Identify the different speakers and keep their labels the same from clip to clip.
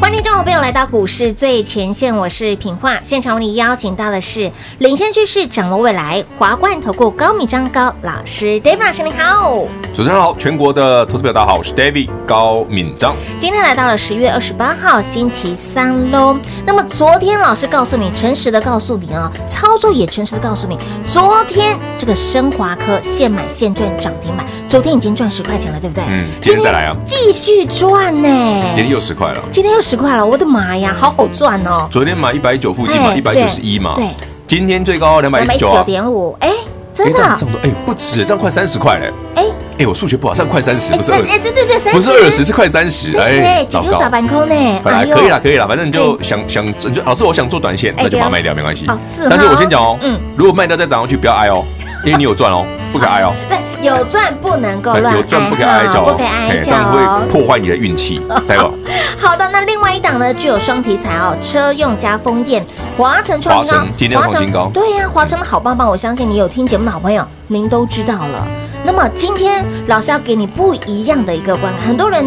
Speaker 1: 欢迎听众朋友来到股市最前线，我是品化。现场为你邀请到的是领先趋势、掌握未来华冠投顾高敏章高老师，David 老师你好。
Speaker 2: 主持人好，全国的投资表大家好，我是 David 高敏章。
Speaker 1: 今天来到了十月二十八号星期三喽。那么昨天老师告诉你，诚实的告诉你啊、操作也诚实的告诉你，昨天这个升华科现买现赚涨停板，昨天已经赚十块钱了，对不对？
Speaker 2: 嗯今天再来啊
Speaker 1: 继续赚呢、
Speaker 2: 今天又十块了，
Speaker 1: 今天又十块了，我的妈呀，好好赚哦！
Speaker 2: 昨天买一百九附近嘛，
Speaker 1: 哎
Speaker 2: 一百九十一嘛，
Speaker 1: 对，
Speaker 2: 今天最高两百一十九
Speaker 1: 九
Speaker 2: 啊，
Speaker 1: 点五，哎，真
Speaker 2: 哎
Speaker 1: 的
Speaker 2: 这，样这样多，哎，不止，这样快三十块嘞，
Speaker 1: 哎，
Speaker 2: 哎，我数学不好，这样快三十，
Speaker 1: 哎，
Speaker 2: 不是
Speaker 1: 三
Speaker 2: 二
Speaker 1: 哎，
Speaker 2: 十，
Speaker 1: 对对对，三
Speaker 2: 不是二十，是快三十，
Speaker 1: 哎，九
Speaker 2: 糟
Speaker 1: 九
Speaker 2: 糕
Speaker 1: 扫，板空呢，
Speaker 2: 本来哎可以啦，可以啦，反正就想想，就老师我想做短线，
Speaker 1: 哎
Speaker 2: 那就把它
Speaker 1: 对啊
Speaker 2: 卖掉，没关系
Speaker 1: 哦是哦。
Speaker 2: 但是我先讲哦
Speaker 1: 嗯，
Speaker 2: 如果卖掉再涨上去，不要哀哦，因为你有赚哦，不可哀哦。
Speaker 1: 哎对，有赚不能够乱
Speaker 2: 哎
Speaker 1: 挨，
Speaker 2: 有赚不可哀叫哦，
Speaker 1: 哈不可以挨
Speaker 2: 哎
Speaker 1: 叫
Speaker 2: 这样
Speaker 1: 哦
Speaker 2: 会。破坏你的运 气，对吧？
Speaker 1: 好的，那另外一档呢，具有双题材哦，车用加风电，华晨创新高
Speaker 2: 华晨今天创新高
Speaker 1: 华晨对呀、华晨的好棒棒，我相信你有听节目的好朋友，您都知道了。那么今天老师要给你不一样的一个观看，很多人。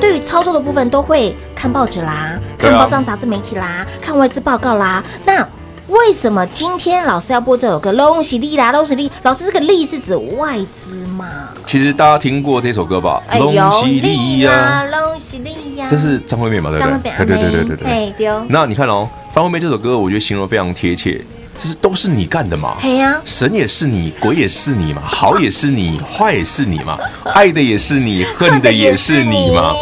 Speaker 1: 对于操作的部分，都会看报纸啦，
Speaker 2: 对啊
Speaker 1: 看报章杂志媒体啦，看外资报告啦。那为什么今天老师要播这首歌《龙喜利啦，龙喜利》？老师，这个利是指外资吗？哎
Speaker 2: 其实大家听过这首歌吧？
Speaker 1: 利
Speaker 2: 喜利呀，，
Speaker 1: 龙喜利呀，
Speaker 2: 啊这是张惠妹嘛？对
Speaker 1: 啊张
Speaker 2: 不对
Speaker 1: 惠妹？
Speaker 2: 对
Speaker 1: 哎
Speaker 2: 对对对对对。
Speaker 1: 嘿丢，
Speaker 2: 那你看哦，张惠妹这首歌，我觉得形容非常贴切，就是都是你干的嘛。
Speaker 1: 嘿呀，
Speaker 2: 神也是你，鬼也是你嘛，好也是你，坏也是你嘛，爱的也是 你，恨的也是你嘛，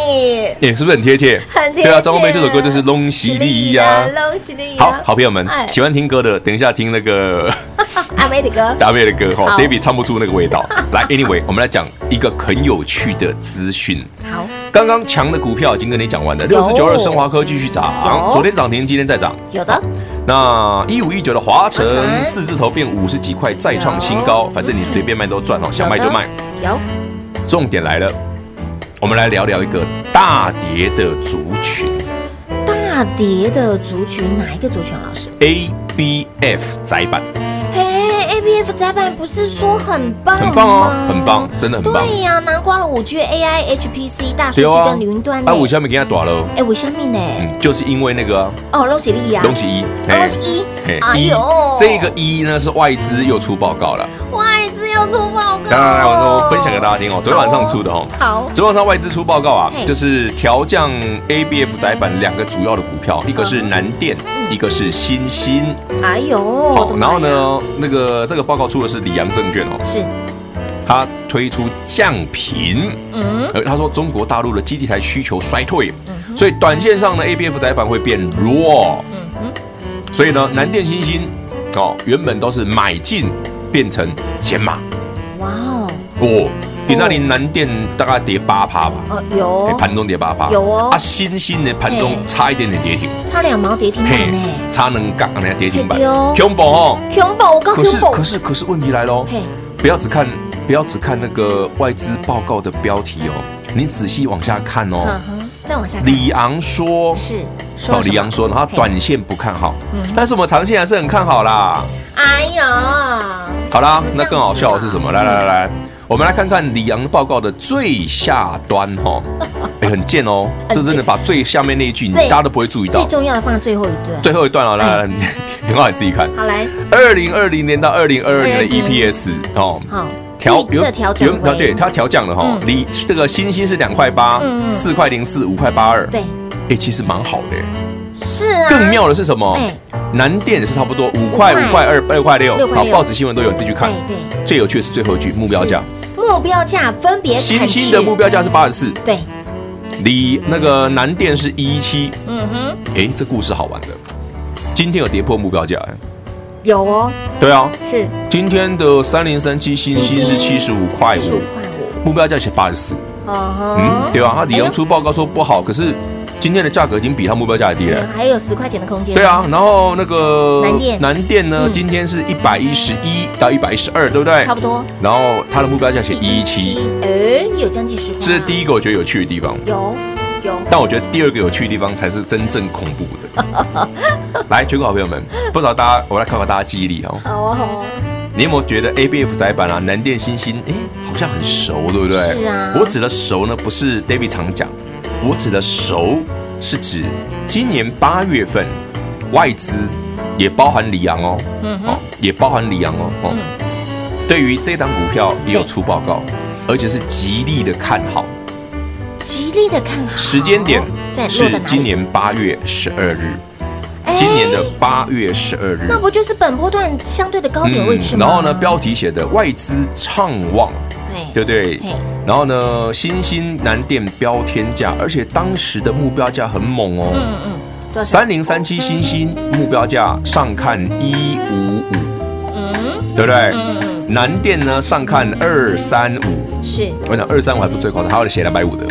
Speaker 2: 哎、是不是很贴切？
Speaker 1: 很贴切
Speaker 2: 对啊，张惠妹这首歌就是《龙喜利呀》。
Speaker 1: 龙喜利呀，
Speaker 2: 好好朋友们
Speaker 1: 哎，
Speaker 2: 喜欢听歌的，等一下听那个
Speaker 1: 阿妹的歌，
Speaker 2: 搭配的歌哈
Speaker 1: 好
Speaker 2: ，David 唱不出那个 味道。来，Anyway，我们来讲一个很有趣的资讯。
Speaker 1: 好
Speaker 2: 刚刚强的股票已经跟你讲完了，
Speaker 1: 有
Speaker 2: 六十九二升华科继续涨
Speaker 1: 有，
Speaker 2: 昨天涨停，今天再涨。
Speaker 1: 有的，
Speaker 2: 那一五一九的华
Speaker 1: 华晨
Speaker 2: 晨四字头变五十几块，再创新高，反正你随便卖都赚哦，想卖就卖。
Speaker 1: 有
Speaker 2: 重点来了，我们来聊聊一个大跌的族群
Speaker 1: 大跌的族群哪一个族群？老师，
Speaker 2: A B F 窄板，
Speaker 1: 嘿，A B F 窄板不是说很棒，
Speaker 2: 很棒哦，很棒，。真的很棒。
Speaker 1: 对呀，南瓜了五 G A I H P C 大数据
Speaker 2: 对
Speaker 1: 跟云端呢
Speaker 2: 啊，？我下面给他打了，
Speaker 1: 哎，为什么呢？
Speaker 2: 嗯，就是因为那个啊
Speaker 1: 哦，龙喜利呀，
Speaker 2: 东西一，
Speaker 1: 哦，
Speaker 2: 哎
Speaker 1: 龙喜一，哎
Speaker 2: 哎一
Speaker 1: 呦，，
Speaker 2: 这个一呢是外资又出报告了，
Speaker 1: 外资又出报告，哦
Speaker 2: 来来来，我我分享给大家听哦，昨天晚上出的哦。
Speaker 1: 好，
Speaker 2: 昨天晚上外资出报告啊
Speaker 1: 嘿，
Speaker 2: 就是调降 ABF 窄板两个主要的股票，
Speaker 1: 嗯
Speaker 2: 一个是南电，一个是新兴。
Speaker 1: 哎呦，我
Speaker 2: 好
Speaker 1: 的，妈
Speaker 2: 然后
Speaker 1: 呀？
Speaker 2: 呢，那个这个报告出的是里昂证券哦，
Speaker 1: 是，
Speaker 2: 它推出降频，
Speaker 1: 嗯，
Speaker 2: 而他说中国大陆的基地台需求衰退，所以短线上呢 ABF 窄板会变弱，
Speaker 1: 嗯哼，
Speaker 2: 所以呢南电、新兴哦原本都是买进变成减码
Speaker 1: 哇哦，
Speaker 2: 哦，比那里南电大概跌八趴吧。
Speaker 1: 哦
Speaker 2: 哎
Speaker 1: 有，
Speaker 2: 盘中跌八趴，
Speaker 1: 有哦
Speaker 2: 啊，新兴的盘中
Speaker 1: 嘿
Speaker 2: 差一点点跌停，
Speaker 1: 差两毛跌停板
Speaker 2: 嘿
Speaker 1: 呢，，
Speaker 2: 差能杠那跌停板
Speaker 1: 对哦，
Speaker 2: 恐怖哦。
Speaker 1: 熊宝，我刚
Speaker 2: 可是
Speaker 1: 熊宝，
Speaker 2: 可是可是问题来喽，
Speaker 1: 嘿，
Speaker 2: 不要只看不要只看那个外资报告的标题哦，你仔细往下看哦
Speaker 1: 嗯。哼，再往下看，
Speaker 2: 李昂说，
Speaker 1: 是，
Speaker 2: 哦，
Speaker 1: 了什
Speaker 2: 李
Speaker 1: 么
Speaker 2: 昂说呢，他
Speaker 1: 嘿
Speaker 2: 短线不看好
Speaker 1: 嗯，
Speaker 2: 但是我们长线还是很看好啦。
Speaker 1: 哎呀，
Speaker 2: 好啦
Speaker 1: 怎么，这样子啊
Speaker 2: 那更好笑的是什么？来来来来，我们来看看李阳报告的最下端 哦，哎，很贱哦，
Speaker 1: 很
Speaker 2: 这
Speaker 1: 贱
Speaker 2: 真的把最下面那一句你
Speaker 1: 最
Speaker 2: 大家都不会注意
Speaker 1: 最
Speaker 2: 到。
Speaker 1: 重要的放在最后一段，
Speaker 2: 最后一段哦，
Speaker 1: 哎
Speaker 2: 来来，来很好，你自己 看。
Speaker 1: 好来，
Speaker 2: 二零二零年到二零二二年的
Speaker 1: 2020
Speaker 2: EPS 哦，
Speaker 1: 好，预测
Speaker 2: 原
Speaker 1: 调整
Speaker 2: 原啊对，
Speaker 1: 为，
Speaker 2: 它调降了哈
Speaker 1: 嗯，
Speaker 2: 离这个新兴是两块八
Speaker 1: 嗯嗯，
Speaker 2: 四块零四，五块八二，
Speaker 1: 对，
Speaker 2: 哎，其实蛮好的耶。
Speaker 1: 是啊，
Speaker 2: 更，妙的是什么
Speaker 1: 哎？
Speaker 2: 南电也是差不多五块、
Speaker 1: 五
Speaker 2: 五
Speaker 1: 块
Speaker 2: 块二、六块六
Speaker 1: 六，块
Speaker 2: 好，
Speaker 1: 六
Speaker 2: 报纸新闻都有，自己去看
Speaker 1: 对。对，
Speaker 2: 最有趣的是最后一句目标价，
Speaker 1: 目标价分别，
Speaker 2: 新兴的目，标价是八十四，
Speaker 1: 对，
Speaker 2: 离那个南电是一七。
Speaker 1: 嗯哼，
Speaker 2: 哎，这故事好玩的，今天有跌破目标价。哎
Speaker 1: 有哦，
Speaker 2: 对啊，
Speaker 1: 是
Speaker 2: 今天的三零三七新兴是七十五块
Speaker 1: 七十五
Speaker 2: 五，
Speaker 1: 块五，
Speaker 2: 目标价写八十四。
Speaker 1: 哦
Speaker 2: 嗯，对
Speaker 1: 吧？
Speaker 2: 啊，他李
Speaker 1: 哎呦
Speaker 2: 阳出报告说不好，可是今天的价格已经比他目标价还低了。
Speaker 1: 还有十块钱的空间。
Speaker 2: 对，啊，然后那个
Speaker 1: 嗯南电
Speaker 2: 呢
Speaker 1: 嗯，
Speaker 2: 今天是一百一十一到一百一十二，对不对
Speaker 1: 差？不多
Speaker 2: 然哎后它的目标价写一七，
Speaker 1: 哎，有将近十块。
Speaker 2: 这是第
Speaker 1: 一
Speaker 2: 一个我觉得有趣的地方。
Speaker 1: 有有
Speaker 2: 但我觉得第二个有趣的地方才是真正恐怖 的。来，全国好朋友们，不知道大家，我来考考大家记忆力哦。
Speaker 1: 好啊好啊，
Speaker 2: 你有没有觉得 A B F 窄板啊，南电星星，哎、好像很熟，对不对？
Speaker 1: 是啊
Speaker 2: 我指的熟呢，不是 David 常讲，我指的熟是指今年八月份外资也包含里昂哦，
Speaker 1: 嗯哼
Speaker 2: 哦，也包含里昂哦，哦，对于这档股票也有出报告，而且是极力的看好，
Speaker 1: 极力的看好
Speaker 2: 时间点
Speaker 1: 在落在
Speaker 2: 是
Speaker 1: 哪
Speaker 2: 今
Speaker 1: 里？
Speaker 2: 年八月十二日，
Speaker 1: 哎
Speaker 2: 今年的八月十二日。
Speaker 1: 那不就是本波段相对的高点位置吗？
Speaker 2: 嗯然后呢，标题写的外资畅旺，
Speaker 1: 哎
Speaker 2: 对不对
Speaker 1: 嘿？
Speaker 2: 然后呢，新兴南电标天价，而且当时的目标价很猛哦，
Speaker 1: 嗯嗯，多少？
Speaker 2: 三零三七新兴目标价上看一五五，
Speaker 1: 嗯
Speaker 2: 对不对？
Speaker 1: 嗯嗯，
Speaker 2: 南电呢上看二三五，
Speaker 1: 是
Speaker 2: 我想二三五还不是最夸张，还有写两百五 的，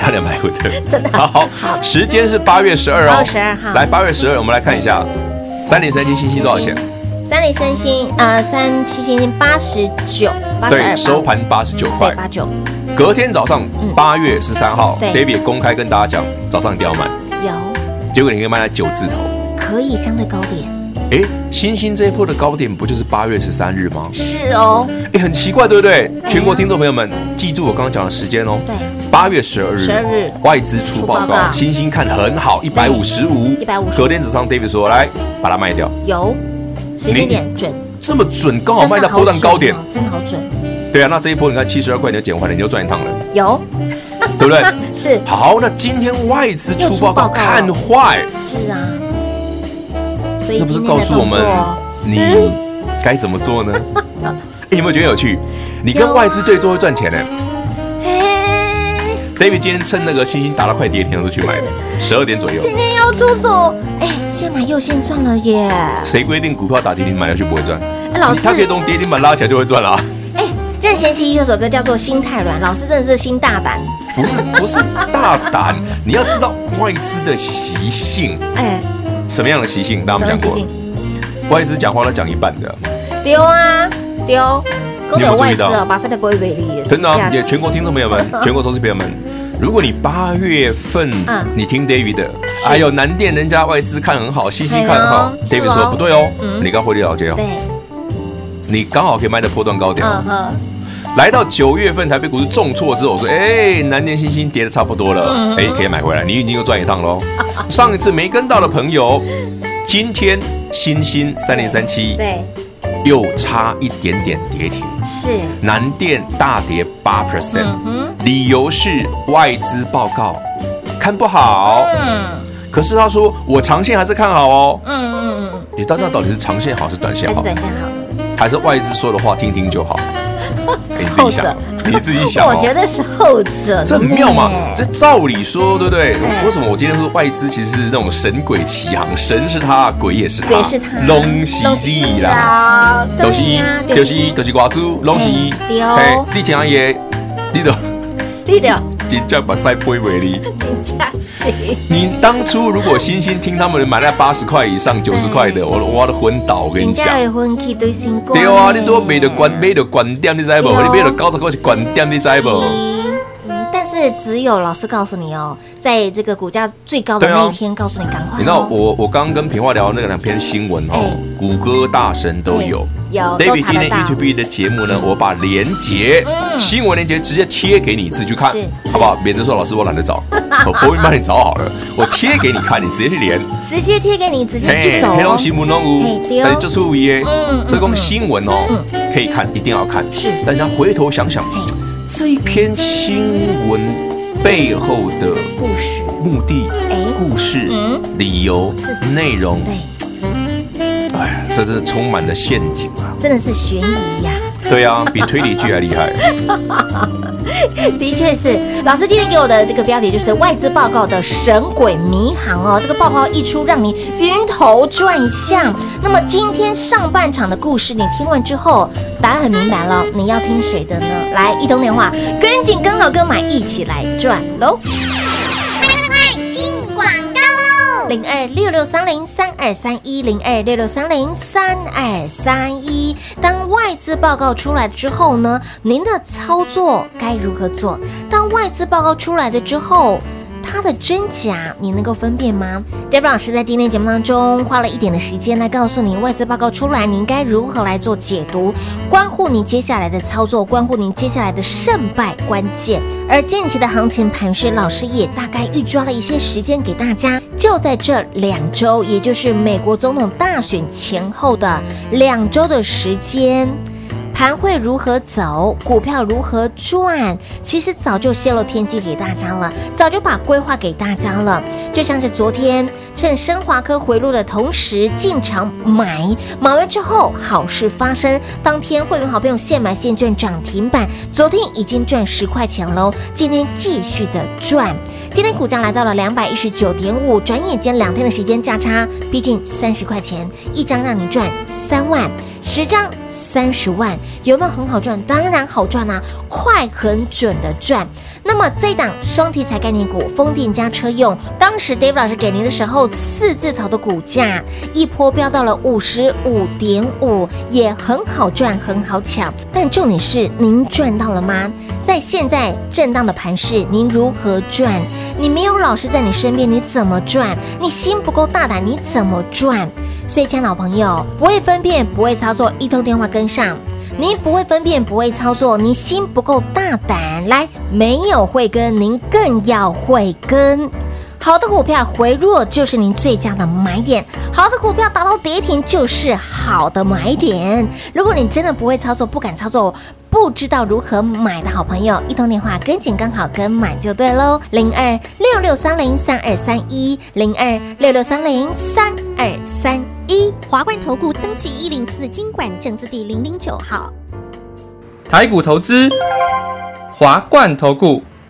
Speaker 2: 还有两百五的，
Speaker 1: 真的
Speaker 2: 好，好时间是八月十二哦，
Speaker 1: 12号
Speaker 2: 来八月十二，我们来看一下三零三七新兴多少钱？
Speaker 1: 三零三星呃三七星星八十九八十
Speaker 2: 对，
Speaker 1: 二
Speaker 2: 收盘八十九块
Speaker 1: 对。八九
Speaker 2: 隔天早上
Speaker 1: 嗯
Speaker 2: 八月十三号
Speaker 1: 对
Speaker 2: ，David 也公开跟大家讲早上一定要买，
Speaker 1: 有
Speaker 2: 结果你可以卖在九字头。
Speaker 1: 可以相对高点
Speaker 2: 哎，星星这一波的高点不就是八月十三日吗？
Speaker 1: 是哦，
Speaker 2: 哎，很奇怪，对不对？全国听众朋友们，记住我刚刚讲的时间哦。
Speaker 1: 对，
Speaker 2: 八月十二日，
Speaker 1: 12日
Speaker 2: 外资出报
Speaker 1: 出报告
Speaker 2: 告，星星看很好，一百五十五，
Speaker 1: 155
Speaker 2: 隔天早上，David 说来把它卖掉，
Speaker 1: 有时间点准，
Speaker 2: 这么准，刚好
Speaker 1: 真
Speaker 2: 卖
Speaker 1: 的
Speaker 2: 到
Speaker 1: 好
Speaker 2: 波
Speaker 1: 准
Speaker 2: 段高点
Speaker 1: 哦。，真的好准，
Speaker 2: 对啊，那这一波你看七十二块你就捡回来，你就赚一趟了，
Speaker 1: 有
Speaker 2: 对不 对？
Speaker 1: 是
Speaker 2: 好，那今天外资
Speaker 1: 又
Speaker 2: 出
Speaker 1: 出
Speaker 2: 报
Speaker 1: 报
Speaker 2: 告
Speaker 1: 告
Speaker 2: 看坏。
Speaker 1: 是啊，所以
Speaker 2: 那不是
Speaker 1: 今天
Speaker 2: 告
Speaker 1: 的
Speaker 2: 诉我
Speaker 1: 动
Speaker 2: 们
Speaker 1: 作哦
Speaker 2: 你该怎么做呢？ 欸有没有觉得有趣？你
Speaker 1: 啊
Speaker 2: 跟外资对做会赚钱呢、
Speaker 1: 嘿，
Speaker 2: David 今天趁那个星星打到快跌停的时候去买的，十二点左右。
Speaker 1: 今天要出手，哎，现买又现赚了耶！
Speaker 2: 谁规定股票打跌停买下去不会赚？
Speaker 1: 哎，老师，
Speaker 2: 他可以从跌停板拉起来就会赚了、啊，
Speaker 1: 哎，任贤齐有首歌叫做《心太软》，老师真的是心大胆，
Speaker 2: 不是不是大胆，你要知道外资的习性，
Speaker 1: 哎，
Speaker 2: 什么样的习性？大
Speaker 1: 什
Speaker 2: 家有没
Speaker 1: 么
Speaker 2: 有
Speaker 1: 事
Speaker 2: 讲过
Speaker 1: 情？，
Speaker 2: 外资讲话都讲一半的，
Speaker 1: 丢啊丢，
Speaker 2: 你有没有注意到
Speaker 1: 哦，把塞的不会给力，
Speaker 2: 真的、啊。
Speaker 1: 吓死
Speaker 2: 也全国听众朋友 们，全国投资朋友们，如果你八月份
Speaker 1: 嗯
Speaker 2: 你听 David 的，哎呦，南电人家外资看很好，西西看很好
Speaker 1: 对
Speaker 2: ，David
Speaker 1: 啊是
Speaker 2: 说
Speaker 1: 哦
Speaker 2: 不对哦
Speaker 1: 嗯，
Speaker 2: 你刚获利了结哦，
Speaker 1: 对，
Speaker 2: 你刚好可以卖的破断高点哦。
Speaker 1: 嗯哼，
Speaker 2: 来到九月份，台北股市重挫之后，我说，哎，南电星星跌的差不多了，
Speaker 1: 嗯
Speaker 2: 哎，可以买回来，你已经又赚一趟喽。上一次没跟到的朋友，今天星星三零三七
Speaker 1: 对，
Speaker 2: 又差一点点跌停，
Speaker 1: 是，
Speaker 2: 南电大跌八 percent。
Speaker 1: 嗯哼，
Speaker 2: 理由是外资报告看不好，
Speaker 1: 嗯
Speaker 2: 可是他说我长线还是看好哦。
Speaker 1: 嗯嗯嗯，
Speaker 2: 你到那到底是长线好是短线
Speaker 1: 还是
Speaker 2: 好，
Speaker 1: 等一下好。
Speaker 2: 还是外资说的话听听就 好？哎你自己想，你自己想、哦。
Speaker 1: 我觉得嗯是后者，
Speaker 2: 这很妙嘛？这
Speaker 1: 对
Speaker 2: 照理说对不对
Speaker 1: 对？
Speaker 2: 为什么我今天说外资其实是那种神鬼齐航，神是他，鬼也是他，
Speaker 1: 鬼是他
Speaker 2: 龙西
Speaker 1: 都是
Speaker 2: 利
Speaker 1: 一
Speaker 2: 啦，
Speaker 1: 啦，
Speaker 2: 都是一，
Speaker 1: 啊对呀
Speaker 2: 都是一，都，是瓜猪，龙是一
Speaker 1: 嘿对。哦
Speaker 2: 你听阿爷，你都
Speaker 1: 对的，
Speaker 2: 真正把塞杯为你。
Speaker 1: 金价谁？
Speaker 2: 你当初如果星星听他们买那八十块以上、九十块
Speaker 1: 嗯
Speaker 2: 的，我我都昏倒。我跟你
Speaker 1: 金
Speaker 2: 讲
Speaker 1: 价，的婚期对新冠，
Speaker 2: 对啊，你都买的关买的关店，你知不？
Speaker 1: 对哦
Speaker 2: 你买的高十块是关店，你知不？
Speaker 1: 是嗯但是只有老师告诉你哦，在这个股价最高的
Speaker 2: 对啊
Speaker 1: 那一天，告诉你赶快哦。
Speaker 2: 你知道我我刚刚跟平话聊那两篇新闻哦
Speaker 1: 哎，
Speaker 2: 谷歌大神都有。
Speaker 1: 有
Speaker 2: David
Speaker 1: 都查
Speaker 2: 今
Speaker 1: 得
Speaker 2: 天
Speaker 1: 到，
Speaker 2: YouTube 的节目呢，我把连结、
Speaker 1: 嗯
Speaker 2: 新闻连结直接贴给你，自己去看
Speaker 1: 是，
Speaker 2: 好不好？免得说老师我懒得 找，我不会帮你找好了，我贴给你看，你直接去连。
Speaker 1: 直接贴给你，直接一手
Speaker 2: 黑
Speaker 1: 哦
Speaker 2: 龙。新闻拢有
Speaker 1: 嘿对哦，
Speaker 2: 但是就是有耶
Speaker 1: 嗯嗯，
Speaker 2: 所以讲新闻哦，可以看，一定要看。
Speaker 1: 是
Speaker 2: 但你要回头想想
Speaker 1: 嘿，
Speaker 2: 这一篇新闻背后的
Speaker 1: 故事
Speaker 2: 目的
Speaker 1: 哎、
Speaker 2: 故事
Speaker 1: 嗯、
Speaker 2: 理由
Speaker 1: 是、
Speaker 2: 内容，
Speaker 1: 对，
Speaker 2: 哎呀，这是充满了陷阱啊！
Speaker 1: 真的是悬疑呀、
Speaker 2: 对啊，比推理剧还厉害。
Speaker 1: 的确是，老师今天给我的这个标题就是外资报告的神鬼迷航哦。这个报告一出，让你晕头转向。那么今天上半场的故事，你听完之后，答案很明白了，你要听谁的呢？来，一通电话，跟紧跟好跟满，一起来赚喽！零二六六三零三二三一零二六六三零三二三一。当外资报告出来之后呢，您的操作该如何做？当外资报告出来了之后，它的真假你能够分辨吗？Deb 老师在今天节目当中花了一点的时间来告诉你外资报告出来，你应该如何来做解读，关乎你接下来的操作，关乎你接下来的胜败关键。而近期的行情盘势，老师也大概预抓了一些时间给大家，就在这两周，也就是美国总统大选前后的两周的时间。盘会如何走，股票如何赚，其实早就泄露天机给大家了，早就把规划给大家了。就像是昨天趁升华科回落的同时进场买，买完之后好事发生，当天会员好朋友现买现赚涨停板，昨天已经赚十块钱喽，今天继续的赚。今天股价来到了两百一十九点五，转眼间两天的时间价差，逼近三十块钱，一张让你赚三万，十张三十万，有没有很好赚？当然好赚啦、啊快很准的赚。那么这档双题材概念股，风电加车用，当时 Dave 老师给您的时候，四字头的股价一波飙到了五十五点五，也很好赚，很好抢。但重点是，您赚到了吗？在现在震荡的盘势，您如何赚？你没有老师在你身边，你怎么赚？你心不够大胆，你怎么赚？所以，亲爱的老朋友，不会分辨，不会操作，一通电话跟上。您不会分辨，不会操作，您心不够大胆。来，没有慧根，您更要慧根。好的股票回落就是您最佳的买点，好的股票达到跌停就是好的买点。如果你真的不会操作、不敢操作、不知道如何买的好朋友，一通电话跟紧跟好跟满就对喽。零二六六三零三二三一零二六六三零三二三一。
Speaker 3: 华冠投顾登记一零四经管证字第零零九号。
Speaker 4: 台股投资，华冠投顾。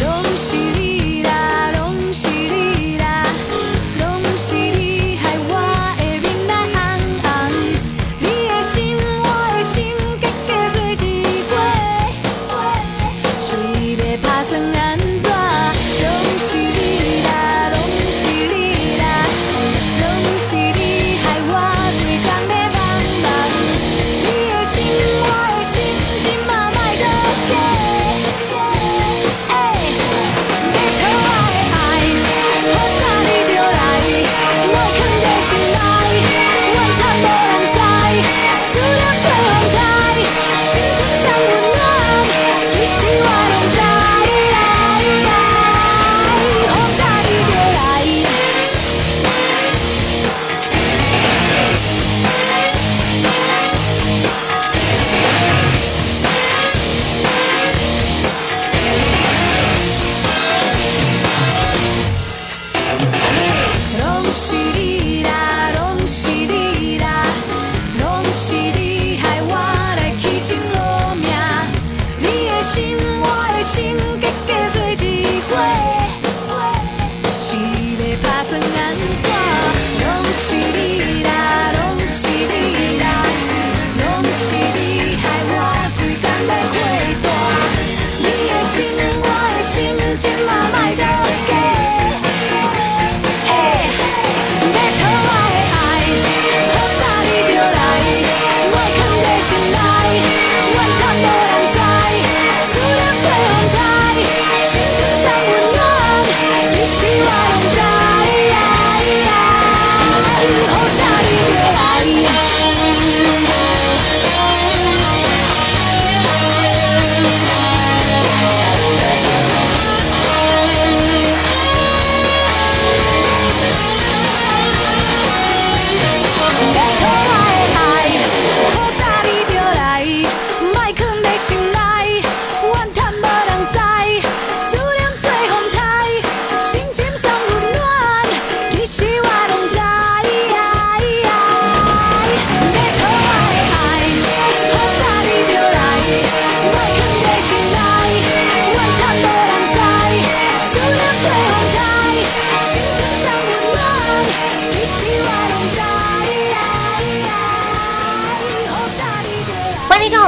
Speaker 5: 拢是你啦，拢是你啦，拢是你。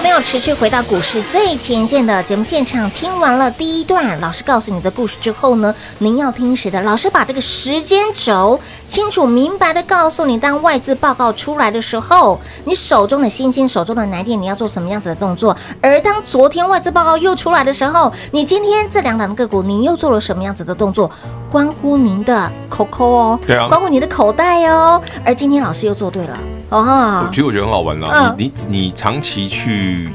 Speaker 1: 友持续回到股市最前线的节目现场，听完了第一段老师告诉你的故事之后呢，您要听谁的？老师把这个时间轴清楚明白的告诉你，当外资报告出来的时候，你手中的星星、手中的奶点，你要做什么样子的动作？而当昨天外资报告又出来的时候，你今天这两档个股，你又做了什么样子的动作？关乎您的口口哦，
Speaker 2: 对啊
Speaker 1: 关乎你的口袋哦。而今天老师又做对了哦，
Speaker 2: 其实我觉得很好玩啦
Speaker 1: 嗯。
Speaker 2: 你你你长期去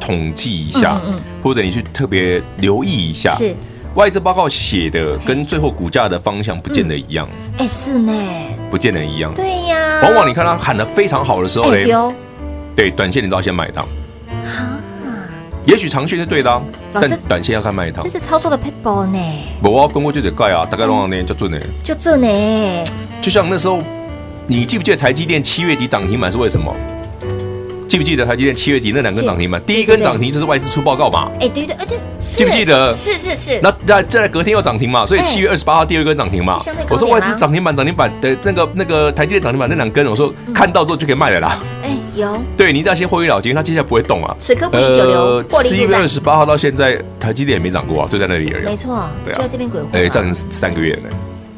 Speaker 2: 统计一下
Speaker 1: 嗯嗯嗯，
Speaker 2: 或者你去特别留意一下，
Speaker 1: 是，
Speaker 2: 外资报告写的跟最后股价的方向不见得一样，
Speaker 1: 哎，是呢，
Speaker 2: 不见得一样。
Speaker 1: 对呀，
Speaker 2: 往往你看他喊的非常好的时候
Speaker 1: 哎
Speaker 2: 嘞，
Speaker 1: 丢。
Speaker 2: 对，短线你都要先买一趟。
Speaker 1: 啊，
Speaker 2: 也许长线是对的啊，
Speaker 1: 老
Speaker 2: 但
Speaker 1: 师
Speaker 2: 短线要看卖一趟
Speaker 1: 这。是操作的 paper 呢，
Speaker 2: 不，我要跟过就得盖啊，大概多少年就准了。
Speaker 1: 就这呢，
Speaker 2: 就像那时候，你记不记得台积电七月底涨停板是为什么？记不记得台积电七月底那两根
Speaker 1: 记
Speaker 2: 涨停板？第一
Speaker 1: 对对
Speaker 2: 根涨停就是外资出报告嘛，
Speaker 1: 哎，对对，哎对，
Speaker 2: 记
Speaker 1: 记
Speaker 2: 不记得
Speaker 1: 是是是，
Speaker 2: 那那再来隔天又涨停嘛，所以
Speaker 1: 哎
Speaker 2: 七月二十八号第二根涨停嘛
Speaker 1: 就相对高。
Speaker 2: 我说
Speaker 1: 点
Speaker 2: 外
Speaker 1: 啊
Speaker 2: 资涨停板涨停板的那个那个台积电涨停板那两根，我说
Speaker 1: 嗯
Speaker 2: 看到之后就可以卖了啦。
Speaker 1: 哎有，
Speaker 2: 对，你一定要先获利了结，因为它接下来不会动啊。
Speaker 1: 此刻不宜久留，获
Speaker 2: 七
Speaker 1: 利入
Speaker 2: 月二
Speaker 1: 袋，
Speaker 2: 十八号到现在，台积电也没涨过啊，就在那里而已啊
Speaker 1: 没。错，
Speaker 2: 对
Speaker 1: 就
Speaker 2: 啊
Speaker 1: 在这边鬼混，
Speaker 2: 哎，涨三个月呢，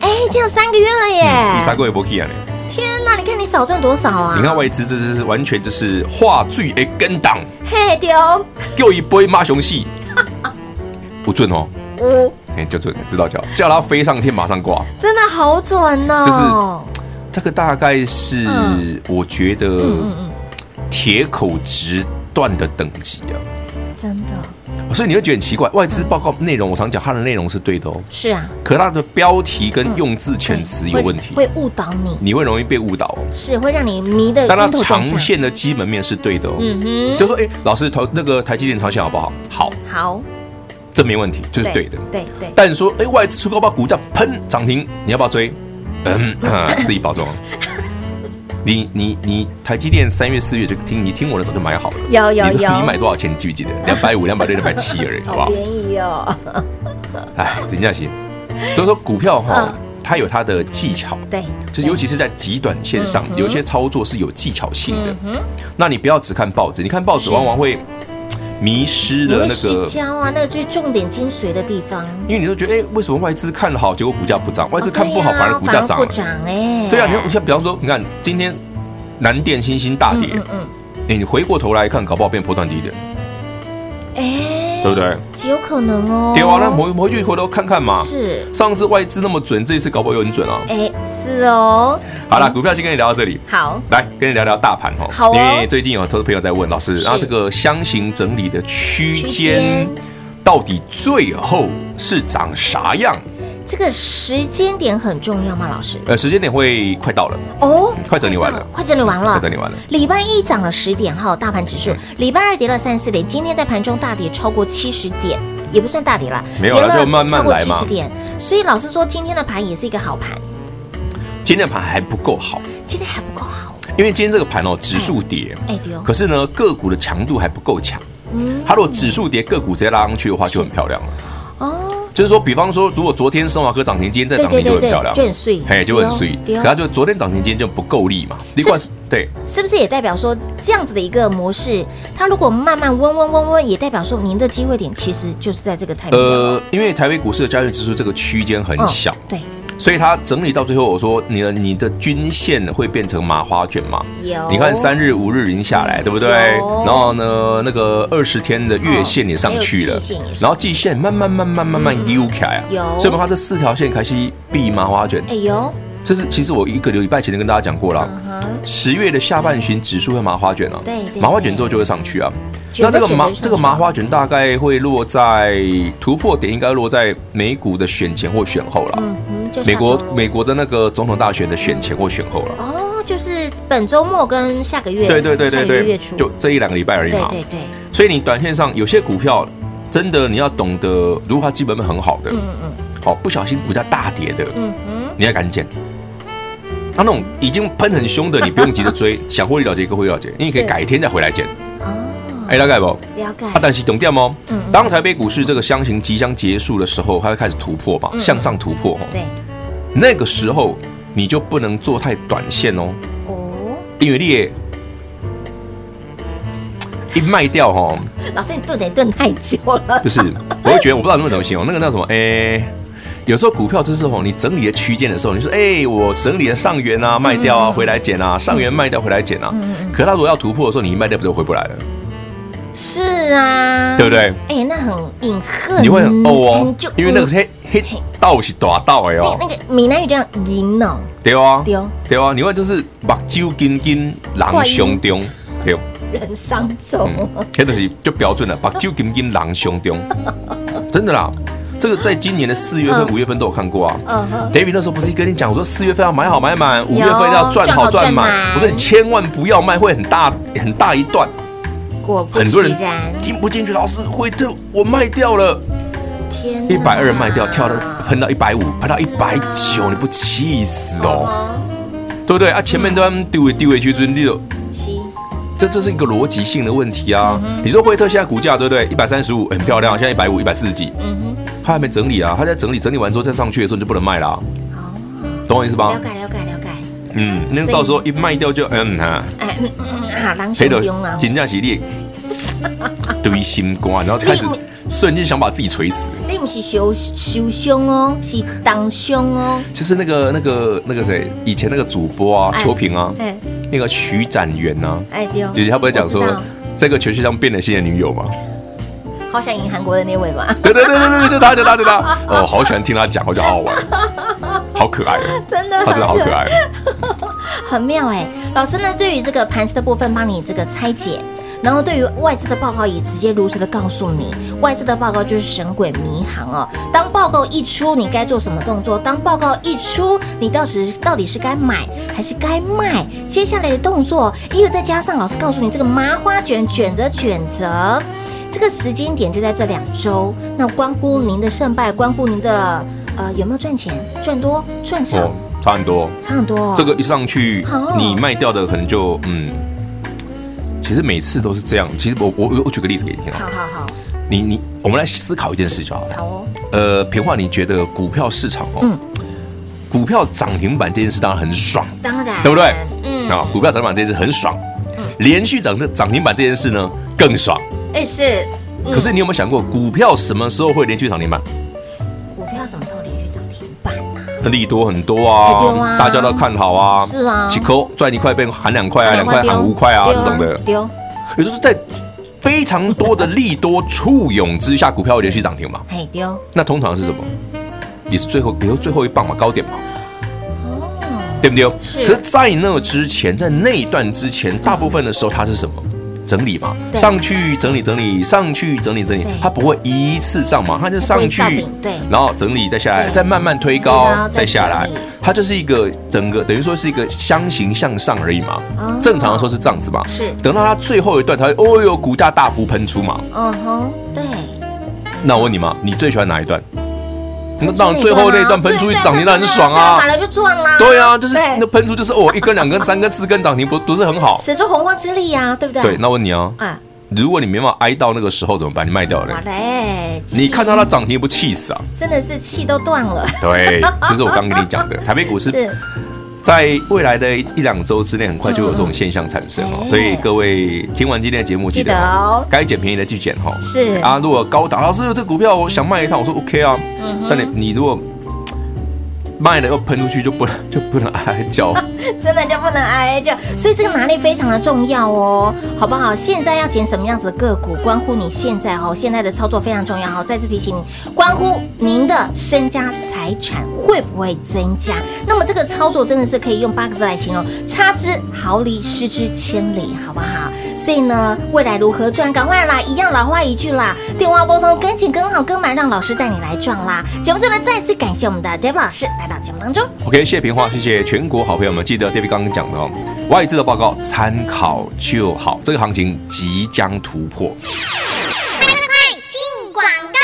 Speaker 1: 哎这样三个月了
Speaker 2: 第三
Speaker 1: 耶，
Speaker 2: 个月不 k 啊呢。
Speaker 1: 天哪，你看你少赚多少啊？
Speaker 2: 你看，外资这是完全就是话剧哎跟档，
Speaker 1: 嘿哦丢，
Speaker 2: 又一波骂熊戏，不准哦。
Speaker 1: 嗯
Speaker 2: 哎，就准，知道叫叫它飞上天马上挂。
Speaker 1: 真的好准哦，
Speaker 2: 这个大概是
Speaker 1: 嗯
Speaker 2: 我觉
Speaker 1: 嗯
Speaker 2: 得
Speaker 1: 嗯
Speaker 2: 铁口直断的等级啊，
Speaker 1: 嗯，真的
Speaker 2: 所以你会觉得很奇怪，外资报告内容，我常讲它的内容是对的哦，
Speaker 1: 是啊，
Speaker 2: 可它的标题跟用字遣词有问题，
Speaker 1: 嗯会会误导你，
Speaker 2: 你会容易被误导哦。
Speaker 1: 是会让你迷的
Speaker 2: 但它
Speaker 1: 晕头
Speaker 2: 长
Speaker 1: 转向，
Speaker 2: 线的基本面是对的哦，
Speaker 1: 嗯哼，
Speaker 2: 就说哎，老师投那个台积电长线好不好？好，
Speaker 1: 好，
Speaker 2: 这没问题，这是对的。
Speaker 1: 对对，
Speaker 2: 但说哎，外资出高把股价喷涨停，你要不要追？嗯， 啊自己包装。你你你，台积电三月四月就听你听我的时候就买好了。
Speaker 1: 有有
Speaker 2: 你
Speaker 1: 有，
Speaker 2: 你买多少钱？你记不 记得？两百五、两百六、两百七而已，好不
Speaker 1: 好
Speaker 2: 好？
Speaker 1: 便宜哦，
Speaker 2: 哎，真价行。所以
Speaker 1: 嗯
Speaker 2: 说股票哈，它有它的技巧，
Speaker 1: 对，
Speaker 2: 就是尤其是在极短线上
Speaker 1: 嗯，哼
Speaker 2: 有一些操作是有技巧性的
Speaker 1: 嗯。哼。
Speaker 2: 那你不要只看报纸，你看报纸
Speaker 1: 是
Speaker 2: 往往会迷失
Speaker 1: 你
Speaker 2: 了
Speaker 1: 会
Speaker 2: 那
Speaker 1: 失
Speaker 2: 个。嗯
Speaker 1: 焦啊，那个就是重点精髓的地方。
Speaker 2: 因为你都觉得，哎，为什么外资看好，结果股价不涨？外资看不好，
Speaker 1: 哦对啊
Speaker 2: 反而股价涨
Speaker 1: 反而
Speaker 2: 了
Speaker 1: 不。涨哎。
Speaker 2: 对啊，你看像比方说，你看今天南电、星星大跌
Speaker 1: 嗯，嗯
Speaker 2: 哎，你回过头来看，搞不好变波段低点，
Speaker 1: 嗯，哎，
Speaker 2: 对不？对？
Speaker 1: 极有可能哦。
Speaker 2: 对啊，那回回去回头看看嘛。
Speaker 1: 是，
Speaker 2: 上次外资那么准，这一次搞不好又很准啊。
Speaker 1: 哎，是哦。
Speaker 2: 好了，股票先跟你聊到这里。
Speaker 1: 好，
Speaker 2: 来跟你聊聊大盘哦，
Speaker 1: 好哦
Speaker 2: 因为最近有投资朋友在问老师，
Speaker 1: 是
Speaker 2: 然后这个箱型整理的区
Speaker 1: 区间
Speaker 2: 间到底最后是长啥样？
Speaker 1: 这个时间点很重要吗，老师？
Speaker 2: 呃，时间点会快到了，
Speaker 1: 哦，
Speaker 2: 快整理完了
Speaker 1: 快整理完了，
Speaker 2: 快整理完了。嗯
Speaker 1: 礼拜一涨了十点哈，大盘指数；礼拜二跌了三四点，今天在盘中大跌超过七十点，也不算大跌啦，
Speaker 2: 没有
Speaker 1: 跌
Speaker 2: 啦
Speaker 1: 了
Speaker 2: 就慢慢
Speaker 1: 超过
Speaker 2: 来嘛
Speaker 1: 70点，所以老师说今天的盘也是一个好盘，
Speaker 2: 今天的盘还不够好，
Speaker 1: 今天还不够好，
Speaker 2: 因为今天这个盘哦，指数跌，
Speaker 1: 哎丢，
Speaker 2: 可是呢个股的强度还不够强。
Speaker 1: 嗯
Speaker 2: 它如果指数跌，个股直接拉上去的话，就很漂亮了。
Speaker 1: 哦，
Speaker 2: 就是说，比方说，如果昨天生华科涨停，今天再
Speaker 1: 对
Speaker 2: 涨
Speaker 1: 对
Speaker 2: 停就很
Speaker 1: 对对，
Speaker 2: 漂亮，
Speaker 1: 就很碎，
Speaker 2: 嘿，就很碎。
Speaker 1: 对哦
Speaker 2: 可它就昨天涨停，今天就不够力嘛。另外是，对，
Speaker 1: 是不是也代表说这样子的一个模式，它如果慢慢温温温温，也代表说您的机会点其实就是在这个太平洋
Speaker 2: 呃，因为台北股市的交易指数这个区间很
Speaker 1: 嗯
Speaker 2: 小，
Speaker 1: 对，
Speaker 2: 所以它整理到最后，我说你的你的均线会变成麻花卷嘛？
Speaker 1: 有，
Speaker 2: 你看三日、五日已经下来，对不对？
Speaker 1: 有
Speaker 2: 然后呢，那个二十天的月线也上去
Speaker 1: 还有
Speaker 2: 了
Speaker 1: 季线也，上
Speaker 2: 然后季线慢慢慢慢慢慢
Speaker 1: 嗯
Speaker 2: 溜起来啊。
Speaker 1: 有
Speaker 2: 所以我们看这四条线开始避麻花卷，
Speaker 1: 哎呦，
Speaker 2: 这是其实我一个礼拜前就跟大家讲过了
Speaker 1: 嗯。哼，
Speaker 2: 十月的下半旬指数会麻花卷啊，
Speaker 1: 对对
Speaker 2: 麻花卷之后就会上去啊。
Speaker 1: 卷
Speaker 2: 那这个
Speaker 1: 卷
Speaker 2: 麻
Speaker 1: 卷上
Speaker 2: 这个
Speaker 1: 去
Speaker 2: 麻花卷大概会落在突破点，应该落在美股的选前或选后了。
Speaker 1: 嗯嗯，就
Speaker 2: 美国
Speaker 1: 上周
Speaker 2: 美国的那个总统大选的选前或选后了。
Speaker 1: 哦，就是本周末跟下个月，
Speaker 2: 对对对
Speaker 1: 下
Speaker 2: 对
Speaker 1: 个月
Speaker 2: 对
Speaker 1: 月初，，
Speaker 2: 就这一两个礼拜而
Speaker 1: 对
Speaker 2: 已嘛。
Speaker 1: 对对，
Speaker 2: 所以你短线上有些股票真的你要懂得，如果它基本面很好的，
Speaker 1: 嗯嗯
Speaker 2: 好不小心股价大跌的，
Speaker 1: 嗯嗯
Speaker 2: 你要赶紧减。它那种已经喷很凶的，你不用急着 追，想获利了结可获利了结，你可以
Speaker 1: 是
Speaker 2: 改天再回来减。
Speaker 1: 哼，哦，
Speaker 2: 哎，大概不？
Speaker 1: 了解，
Speaker 2: 啊，但是懂掉吗
Speaker 1: 嗯嗯？
Speaker 2: 当台北股市这个箱型即将结束的时候，它会开始突破嘛，
Speaker 1: 嗯
Speaker 2: 向上突破哦。
Speaker 1: 对，
Speaker 2: 那个时候你就不能做太短线哦，
Speaker 1: 哦，
Speaker 2: 因为你也，一卖掉 哈，
Speaker 1: 老师，你炖得炖太久了，
Speaker 2: 就是我会觉得我不知道能不能形容那个叫什么，哎、有时候股票就是吼，你整理的区间的时候，你说，哎、我整理了上元
Speaker 1: 嗯
Speaker 2: 啊，卖掉啊，回来减啊，上元卖掉回来减啊。可它如果要突破的时候，你一卖掉不就回不来了，
Speaker 1: 是啊，
Speaker 2: 对不？对？
Speaker 1: 哎，那很隐恨，
Speaker 2: 你会很哦
Speaker 1: 嗯
Speaker 2: 哦
Speaker 1: 就，
Speaker 2: 因为那个是黑黑道是大道哎
Speaker 1: 那
Speaker 2: 哦，
Speaker 1: 那个闽南语叫银哦，
Speaker 2: 对啊，
Speaker 1: 对哦
Speaker 2: 对啊，你会就是目睭金金，人胸中，对，
Speaker 1: 人伤重，
Speaker 2: 嗯， 那东西就标准了，目睭金金，人胸中，真的啦，这个在今年的四月份、
Speaker 1: 嗯
Speaker 2: 五月份都有看过啊。
Speaker 1: 嗯哼，
Speaker 2: David 那时候不是跟你讲，我说四月份要买好买满，五月份要赚好赚满
Speaker 1: 赚好赚满，
Speaker 2: 我说你千万不要卖，会很大很大一段。
Speaker 1: 果不
Speaker 2: 很
Speaker 1: 其
Speaker 2: 多人
Speaker 1: 然，
Speaker 2: 听不进去，老师惠特我卖掉了，
Speaker 1: 天哪，
Speaker 2: 一百二卖掉，跳到喷到一百五，喷到一百九，你不气死哦，
Speaker 1: 哦，
Speaker 2: 对不对啊？前面都丢回丢回去，就是你有
Speaker 1: 是
Speaker 2: 这这是一个逻辑性的问题啊！
Speaker 1: 嗯
Speaker 2: 你说惠特现在股价对不对？一百三十五很漂亮，现在一百五、一百四十几，
Speaker 1: 嗯
Speaker 2: 它还没整理啊，它在整理，整理完之后再上去的时候你就不能卖啦、啊
Speaker 1: 哼，哦，
Speaker 2: 懂我意思吧
Speaker 1: 了？解了解了解，
Speaker 2: 嗯，那
Speaker 1: 所
Speaker 2: 个
Speaker 1: 以
Speaker 2: 到时候一卖掉就嗯哈，
Speaker 1: 哎，嗯嗯啊，狼
Speaker 2: 赔
Speaker 1: 熊
Speaker 2: 的
Speaker 1: 中啊，
Speaker 2: 金价系 列堆心肝，然后开始
Speaker 1: 你
Speaker 2: 瞬间想把自己锤死。
Speaker 1: 你不是受受伤哦，是当胸哦，
Speaker 2: 就是那个那个那个谁，以前那个主播啊，
Speaker 1: 哎
Speaker 2: 秋萍啊，
Speaker 1: 哎
Speaker 2: 那个徐展元啊，
Speaker 1: 哎对哦，
Speaker 2: 姐姐她不是讲说
Speaker 1: 我知道
Speaker 2: 这个全世界上变了心的女友吗？
Speaker 1: 好想赢韩国的那位嘛，
Speaker 2: 对对对对对，就他就他就他，哦，好喜欢听他讲，我觉得好好玩，好可爱哦，
Speaker 1: 真的
Speaker 2: 他真的好可
Speaker 1: 很
Speaker 2: 爱。
Speaker 1: 很妙哎、老师呢，对于这个盘势的部分帮你这个拆解，然后对于外资的报告也直接如实的告诉你，外资的报告就是神鬼迷航哦。当报告一出，你该做什么动作？当报告一出，你到时到底是该买还是该卖？接下来的动作，因为再加上老师告诉你这个麻花卷卷着卷着。这个时间点就在这两周，那关乎您的胜败，关乎您的呃有没有赚钱，赚多赚少，
Speaker 2: 哦，差很多。
Speaker 1: 差很多、哦。
Speaker 2: 这个一上去
Speaker 1: 好，
Speaker 2: 你卖掉的可能就嗯，其实每次都是这样。其实我我我我举个例子给你听啊，
Speaker 1: 好好好，
Speaker 2: 你你我们来思考一件事就好了。
Speaker 1: 好哦。
Speaker 2: 呃，平话，你觉得股票市场哦，
Speaker 1: 嗯
Speaker 2: 股票涨停板这件事当然很爽
Speaker 1: 当然，
Speaker 2: 对不对
Speaker 1: 嗯，
Speaker 2: 啊，股票涨停板这件事很爽，连续涨的涨停板这件事呢更爽。
Speaker 1: 哎、是
Speaker 2: 可是你有没有想过，股票什么时候会连续涨停板？
Speaker 1: 股票什么时候连续涨停板啊？
Speaker 2: 利多很多
Speaker 1: 哎对啊
Speaker 2: 啊，大家都看好啊，
Speaker 1: 是啊
Speaker 2: 几颗赚一块变含两块啊，两块含五块啊，这种的，
Speaker 1: 丢，
Speaker 2: 也就是在非常多的利多簇拥之下，股票会连续涨停嘛。
Speaker 1: 嘿丢，
Speaker 2: 那通常是什么？也是最后，也就是最后一棒嘛，高点嘛，
Speaker 1: 哦，
Speaker 2: 对不对？
Speaker 1: 是
Speaker 2: 可是，在那之前，在那一段之前，大部分的时候它是什么？整理嘛，
Speaker 1: 对
Speaker 2: 上去整理整理，上去整理整理
Speaker 1: 对，
Speaker 2: 它不会一次上嘛，它就
Speaker 1: 它不
Speaker 2: 上
Speaker 1: 会上
Speaker 2: 去
Speaker 1: 顶对，
Speaker 2: 然后整理再下来，
Speaker 1: 对
Speaker 2: 再慢慢推
Speaker 1: 推
Speaker 2: 高
Speaker 1: 高，再
Speaker 2: 再下来
Speaker 1: 整理，
Speaker 2: 它就是一个整个等于说是一个箱型向上而已嘛
Speaker 1: 哦。
Speaker 2: 正常的说是这样子嘛，
Speaker 1: 是
Speaker 2: 等到它最后一段，它会哦哟股价大幅喷出嘛。
Speaker 1: 嗯哼，对，
Speaker 2: 那我问你嘛，你最喜欢哪一段？那当然最后那一段喷出去涨停，那很爽啊
Speaker 1: 买。了就赚啦，
Speaker 2: 对啊，就是
Speaker 1: 对
Speaker 2: 那喷出就是哦，一根、两根、三根、四根 涨停，不不是很好？
Speaker 1: 使出洪荒之力呀、啊，对不对？
Speaker 2: 对，那问你啊，
Speaker 1: 啊，
Speaker 2: 如果你没办法挨到那个时候怎么办？你卖掉
Speaker 1: 哇
Speaker 2: 了，
Speaker 1: 嘞，气
Speaker 2: 你看到它涨停不气死啊？
Speaker 1: 真的是气都断了，
Speaker 2: 对，这是我刚跟你讲的，台北股市
Speaker 1: 是
Speaker 2: 在未来的一一两周之内，很快就有这种现象产生哦
Speaker 1: 嗯。
Speaker 2: 所以各位听完今天的节目，记得
Speaker 1: 记得哦
Speaker 2: 哦该捡便宜的去捡哈。
Speaker 1: 是
Speaker 2: 啊，如果高达老师这股票我想卖一趟，我说 OK 啊，但你你如果卖了又喷出去，就不能 就不能挨叫。
Speaker 1: 真的就不能挨就，所以这个拿捏非常的重要哦，好不好？现在要捡什么样子的个股，关乎你现在哦，现在的操作非常重要哦。再次提醒你，关乎您的身家财产会不会增加。那么这个操作真的是可以用八个字来形容：差之毫厘，失之千里，好不好？所以呢，未来如何赚，赶快啦！一样老话一句啦，电话拨通，跟紧跟好跟满，让老师带你来赚啦。节目最后呢，再次感谢我们的 Dave 老师来到节目当中。
Speaker 2: OK，谢谢平话，谢谢全国好朋友们。记得 David 刚刚讲的哦，外资的报告参考就好，这个行情即将突破。
Speaker 6: 进广告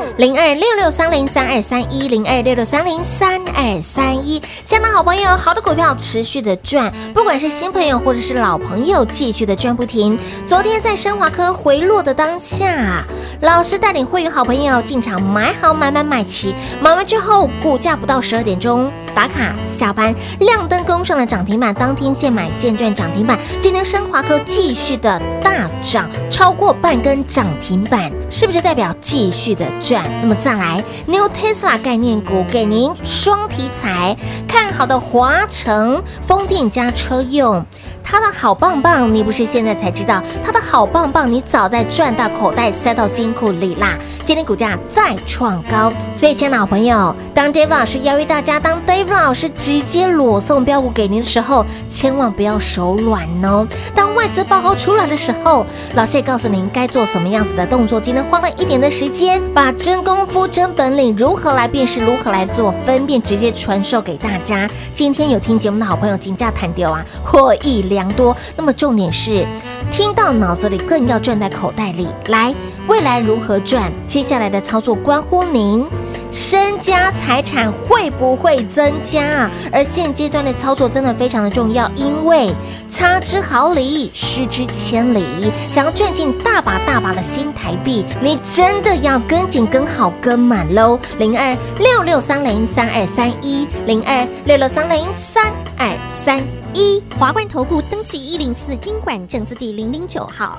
Speaker 6: 喽！
Speaker 1: 零二六六三零三二三一零二六六三零三二三一。亲爱的好朋友，好的股票持续的赚，不管是新朋友或者是老朋友，继续的赚不停。昨天在升华科回落的当下，老师带领会员好朋友进场买好买买买齐，买完之后股价不到十二点钟打卡下班，亮灯攻上了涨停板，当天现买现赚涨停板。今天升华科继续的大涨，超过半根涨停板，是不是代表继续的赚？那么再来，New Tesla 概念股给您双题材，看好的华城风电加车用。它的好棒棒，你不是现在才知道，它的好棒棒，你早在赚到口袋塞到金库里啦。今天股价再创高，所以，亲爱的好朋友，当 Dave 老师邀约大家，当 Dave 老师直接裸送标股给您的时候，千万不要手软哦。当外资报告出来的时候，老师也告诉您该做什么样子的动作。今天花了一点的时间，把真功夫、真本领如何来辨识，如何来做分辨，直接传授给大家。今天有听节目的好朋友，金价谈丢啊，获益良多。那么重点是，听到脑子里，更要赚在口袋里。来，未来如何赚？接下来的操作关乎您。身家财产会不会增加啊？而现阶段的操作真的非常的重要，因为差之毫厘，失之千里。想要赚进大把大把的新台币，你真的要跟紧、跟好、跟满喽！零二六六三零三二三一，零二六六三零三二三一。
Speaker 3: 华冠投顾登记一零四经管证字第零零九号。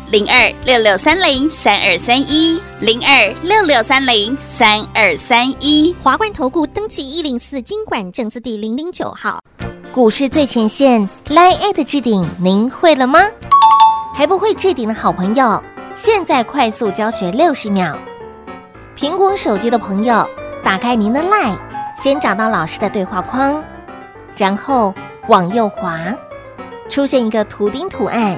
Speaker 6: 零二六六三零三二三一，零二六六三零三二三一。
Speaker 3: 华冠投顾登记一零四经管证字第零零九号。
Speaker 1: 股市最前线 Line at 置顶，您会了吗？还不会置顶的好朋友，现在快速教学六十秒。苹果手机的朋友，打开您的 Line，先找到老师的对话框，然后往右滑，出现一个图钉图案，